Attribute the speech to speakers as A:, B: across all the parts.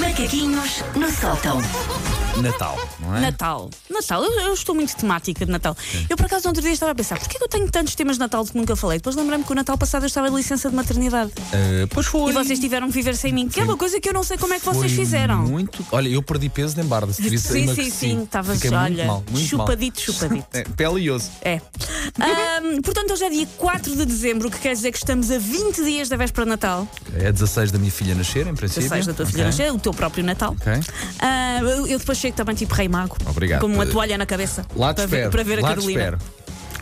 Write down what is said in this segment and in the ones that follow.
A: Macaquinhos no sótão.
B: Natal, não é?
C: Natal. Natal. Eu, eu estou muito temática de Natal. Eu, por acaso, outro dia estava a pensar: porquê que eu tenho tantos temas de Natal que nunca falei? Depois lembrei-me que o Natal passado eu estava de licença de maternidade.
B: Ah, pois foi.
C: E vocês tiveram que viver sem mim. Que é uma coisa que eu não sei como é que
B: Foi
C: vocês fizeram.
B: Muito. Olha, eu perdi peso nem barda. se devia ser
C: sim, sim,
B: emagreci.
C: sim. Estavas,
B: Fiquei muito
C: olha,
B: mal, muito
C: chupadito, chupadito.
B: mal. É, pele e osso.
C: É. Ahm, portanto, hoje é dia 4 de dezembro, o que quer dizer que estamos a 20 dias da véspera de Natal.
B: É 16 da minha filha nascer, em princípio.
C: 16 da tua filha
B: Ok.
C: nascer, o teu próprio Natal.
B: Ok.
C: Ah, eu- eu depois chego também tipo Rei Mago.
B: Obrigado.
C: Com uma
B: Eh,
C: toalha na cabeça.
B: Lá te
C: para,
B: espero.
C: ver, para ver a
B: lá
C: Carolina.
B: Te espero.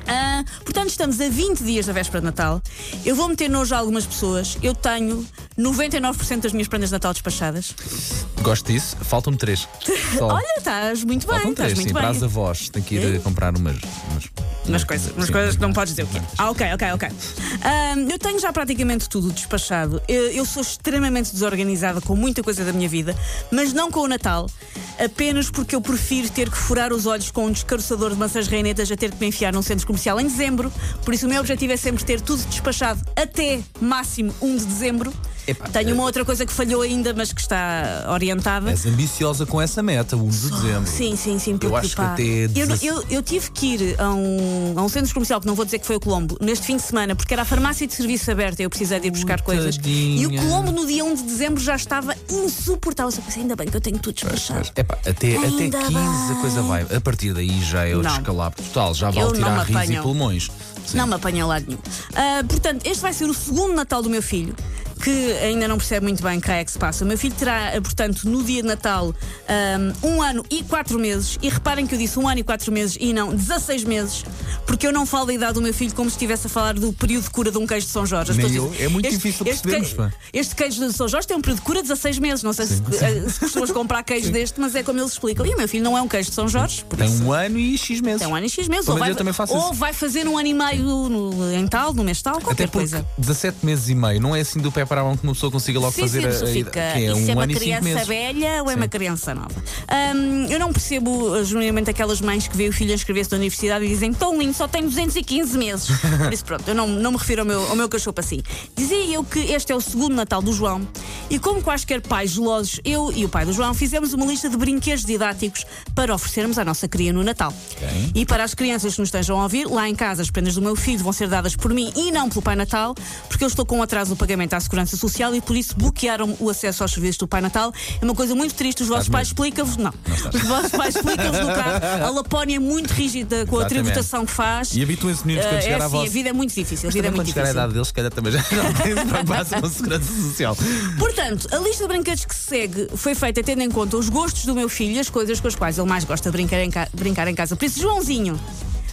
C: Ah, portanto, estamos a 20 dias da véspera de Natal. Eu vou meter nojo a algumas pessoas. Eu tenho 99% das minhas prendas de Natal despachadas.
B: Gosto disso. Faltam-me três. Só.
C: Olha, estás muito bem,
B: Faltam
C: estás
B: três,
C: muito
B: sim.
C: bem.
B: Para as avós, tenho que ir eh, comprar umas. umas
C: Umas coisas, umas
B: sim.
C: coisas que não podes dizer o quê? Ah, ok, ok, ok. Ahm, eu tenho já praticamente tudo despachado. Eu, eu sou extremamente desorganizada com muita coisa da minha vida, mas não com o Natal. Apenas porque eu prefiro ter que furar os olhos com um descaroçador de maçãs reinetas a ter que me enfiar num centro comercial em dezembro. Por isso, o meu objetivo é sempre ter tudo despachado até máximo 1 de dezembro.
B: Epá,
C: tenho uma
B: eh,
C: outra coisa que falhou ainda, mas que está orientada.
B: És ambiciosa com essa meta, 1 de dezembro.
C: Sim, sim, sim. Porque,
B: Eu acho que
C: pá,
B: até.
C: eu, não-
B: 16
C: eu, eu tive que ir a um, a um centro comercial, que não vou dizer que foi o Colombo, neste fim de semana, porque era a farmácia de serviço aberta e eu precisei de ir buscar coisas. E o
B: Coitadinha.
C: Colombo, no dia 1 de dezembro, já estava insuportável. Eu só pensei, ainda bem que eu tenho tudo despachado.
B: Epá, até, até 15
C: Ainda
B: a coisa vai. A partir daí já é o
C: Não.
B: descalabro total. Já
C: Eu
B: vale
C: não me
B: tirar rins e
C: apanho.
B: pulmões. Sim.
C: Não me apanha a lado nenhum. Ah, portanto, este vai ser o segundo Natal do meu filho, que ainda não percebe muito bem o que é que se passa. O meu filho terá, ah, portanto, no dia de Natal, um, um ano e quatro meses. E reparem que eu disse um ano e quatro meses e não 16 meses, porque eu não falo da idade do meu filho como se estivesse a falar do período de cura de um queijo de São Jorge. As
B: Nem
C: pessoas
B: eu.
C: dizem,
B: É muito difícil percebermos,
C: queijo,
B: pá."
C: este queijo de São Jorge tem um período de cura de 16 meses. Não sei se, ah, se costumas comprar queijo deste, mas é como eles explicam. E o meu filho não é um queijo de São Jorge, por
B: Tem
C: isso.
B: um ano e X meses.
C: Tem um ano e X meses.
B: Pelo
C: Ou,
B: menos
C: vai,
B: eu também faço
C: ou
B: isso.
C: vai fazer um ano e meio no- em tal, no mês tal, qualquer
B: Até porque
C: coisa.
B: 17 meses e meio não é assim do pé para a mão que uma pessoa consiga logo
C: Sim, sim,
B: fazer
C: a
B: a,
C: pessoa
B: a-
C: fica.
B: que é
C: e se
B: um
C: é uma
B: ano e 5
C: criança
B: meses.
C: velha ou é
B: Sim.
C: uma criança nova? Hum, eu não percebo, genuinamente, aquelas mães que veem o filho a inscrever-se na universidade e dizem tão lindo, só tem 215 meses. Por isso, pronto, eu não, não me refiro ao meu, ao meu cachorro assim. Dizia eu que este é o segundo Natal do João e, como quaisquer pais gelosos, eu e o pai do João fizemos uma lista de brinquedos didáticos para oferecermos à nossa cria no Natal.
B: Ok.
C: E para as crianças que nos estejam a ouvir, lá em casa as prendas do meu filho vão ser dadas por mim e não pelo Pai Natal, porque eu estou com um atraso no pagamento à Segurança Social e por isso bloquearam o acesso aos serviços do Pai Natal. É uma coisa muito triste, os vossos
B: Estás
C: pais
B: mesmo.
C: explicam-vos. Não, os vossos pais explicam-vos no carro. A Lapónia é muito rígida com a
B: Exatamente.
C: tributação que faz.
B: E habituem-se meninos
C: Eh,
B: quando
C: é
B: chegar à
C: assim,
B: vossa.
C: a vida é muito difícil. A vida é
B: Também
C: muito
B: quando chegar à
C: difícil.
B: idade deles, se calhar também já não tem para passar uma segurança social.
C: Portanto, a lista de brinquedos que se segue foi feita tendo em conta os gostos do meu filho e as coisas com as quais ele mais gosta de brincar em, ca- brincar em casa. Por isso, Joãozinho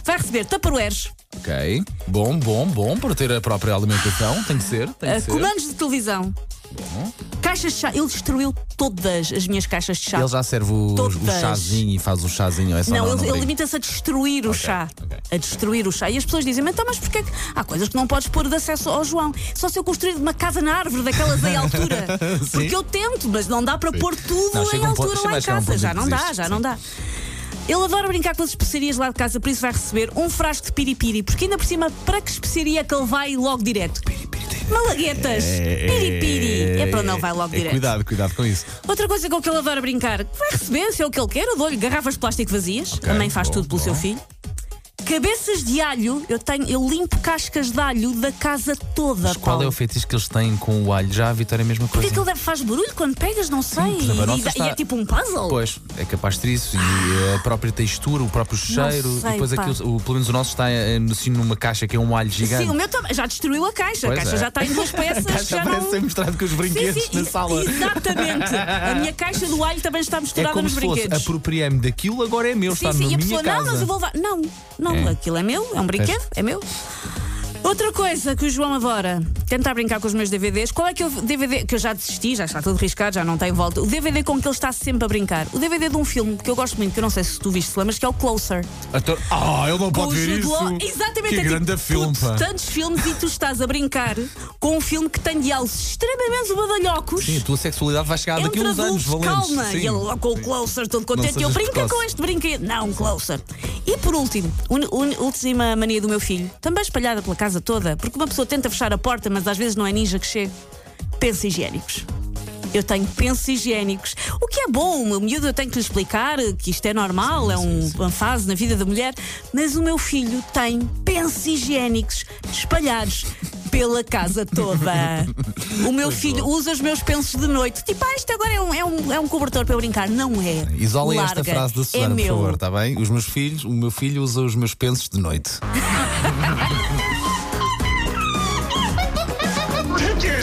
C: vai receber taparueres.
B: Ok. Bom, bom, bom. Para ter a própria alimentação, tem que ser. Tem que
C: Uh,
B: ser.
C: comandos de televisão. Caixas de chá. Ele destruiu todas as minhas caixas de chá.
B: Ele já serve o,
C: Todas.
B: o chazinho e faz o chazinho. É só
C: Não,
B: não,
C: ele, ele
B: brinca.
C: limita-se a destruir o chá.
B: ok.
C: A destruir o chá. E as pessoas dizem, então, mas porquê? que- Há coisas que não podes pôr de acesso ao João. Só se eu construir uma casa na árvore daquelas em altura.
B: Sim.
C: Porque eu tento, mas não dá para pôr tudo
B: Não,
C: em
B: chega um ponto-
C: altura
B: chega-
C: lá em
B: chega um
C: casa.
B: ponto
C: Já
B: em que
C: não dá,
B: desiste,
C: já
B: sim.
C: não dá. Ele adora brincar com as especiarias lá de casa, por isso vai receber um frasco de piripiri, porque ainda por cima, para que especiaria é que ele vai logo direto? Malaguetas, piripiri. É para onde ele vai logo
B: é,
C: direto.
B: Cuidado, cuidado com isso.
C: Outra coisa com que ele adora brincar, que vai receber, se é o que ele quer, eu dou-lhe garrafas de plástico vazias,
B: Ok,
C: a mãe faz
B: bom,
C: tudo pelo
B: bom.
C: seu filho. Cabeças de alho, eu tenho, eu limpo cascas de alho da casa toda.
B: Mas qual
C: Paulo.
B: é o feitiço que eles têm com o alho? Já a Vitória é a mesma coisa.
C: Porquê que ele deve faz barulho quando pegas? Não sei.
B: pois a
C: E-
B: farofa
C: e, dá-
B: está-
C: e é tipo um puzzle.
B: Pois, é capaz de ter isso. E eh, a própria textura, o próprio cheiro. e
C: sei,
B: depois
C: pá.
B: aquilo, o, pelo menos o nosso está eh, no- assim, numa caixa que é um alho gigante.
C: Sim, o meu também. Já destruiu a caixa.
B: Pois
C: a caixa
B: é.
C: já está em duas peças.
B: caixa
C: já
B: parece
C: não...
B: ser mostrado com os brinquedos
C: sim, sim,
B: na
C: e-
B: sala.
C: Exatamente. A minha caixa do alho também está
B: É
C: misturada
B: como
C: nos
B: se fosse,
C: brinquedos.
B: apropriei-me daquilo, agora é meu, está
C: sim, sim,
B: na
C: e a
B: minha
C: pessoa,
B: casa.
C: não, mas eu vou levar. Não, não,
B: É.
C: aquilo é meu, é um brinquedo, é meu. Outra coisa que o João adora, tentar brincar com os meus DVDs, qual é que é o DVD que eu já desisti, já está tudo riscado, já não tem volta. O DVD com que ele está sempre a brincar. O DVD de um filme que eu gosto muito, que eu não sei se tu viste, se lembras, que é o Closer.
B: Então- Ah, ele não
C: Com
B: pode
C: o
B: ver
C: Jude
B: isso.
C: Law. Exatamente,
B: que
C: é tipo,
B: grande filme,
C: putz,
B: pá.
C: tantos filmes e tu estás a brincar com um filme que tem diálogos extremamente badalhocos.
B: Sim, a tua sexualidade vai chegar daqui
C: Entre
B: a uns anos, valentes.
C: adultos, É um calma!
B: Sim.
C: E ele lá com o closer todo contente.
B: sejas
C: Ele brinca
B: precoce.
C: com este brinquedo. Não, um closer. E por último, un- un- última mania do meu filho, também espalhada pela casa toda, porque uma pessoa tenta fechar a porta, mas às vezes não é ninja que chega. Pensa higiênicos. eu tenho pensos higiênicos. O que é bom, o miúdo eu tenho que lhe explicar que isto é normal, é um- uma fase na vida da mulher, mas o meu filho tem pensos higiênicos espalhados pela casa toda. O meu filho usa os meus pensos de noite. Tipo, ah, isto agora é um, é um, é um cobertor para eu brincar. Não é.
B: Isolem
C: Larga.
B: esta frase da
C: é
B: Susana, por
C: meu.
B: favor, está bem? Os meus filhos, o meu filho usa os meus pensos de noite.
D: Take your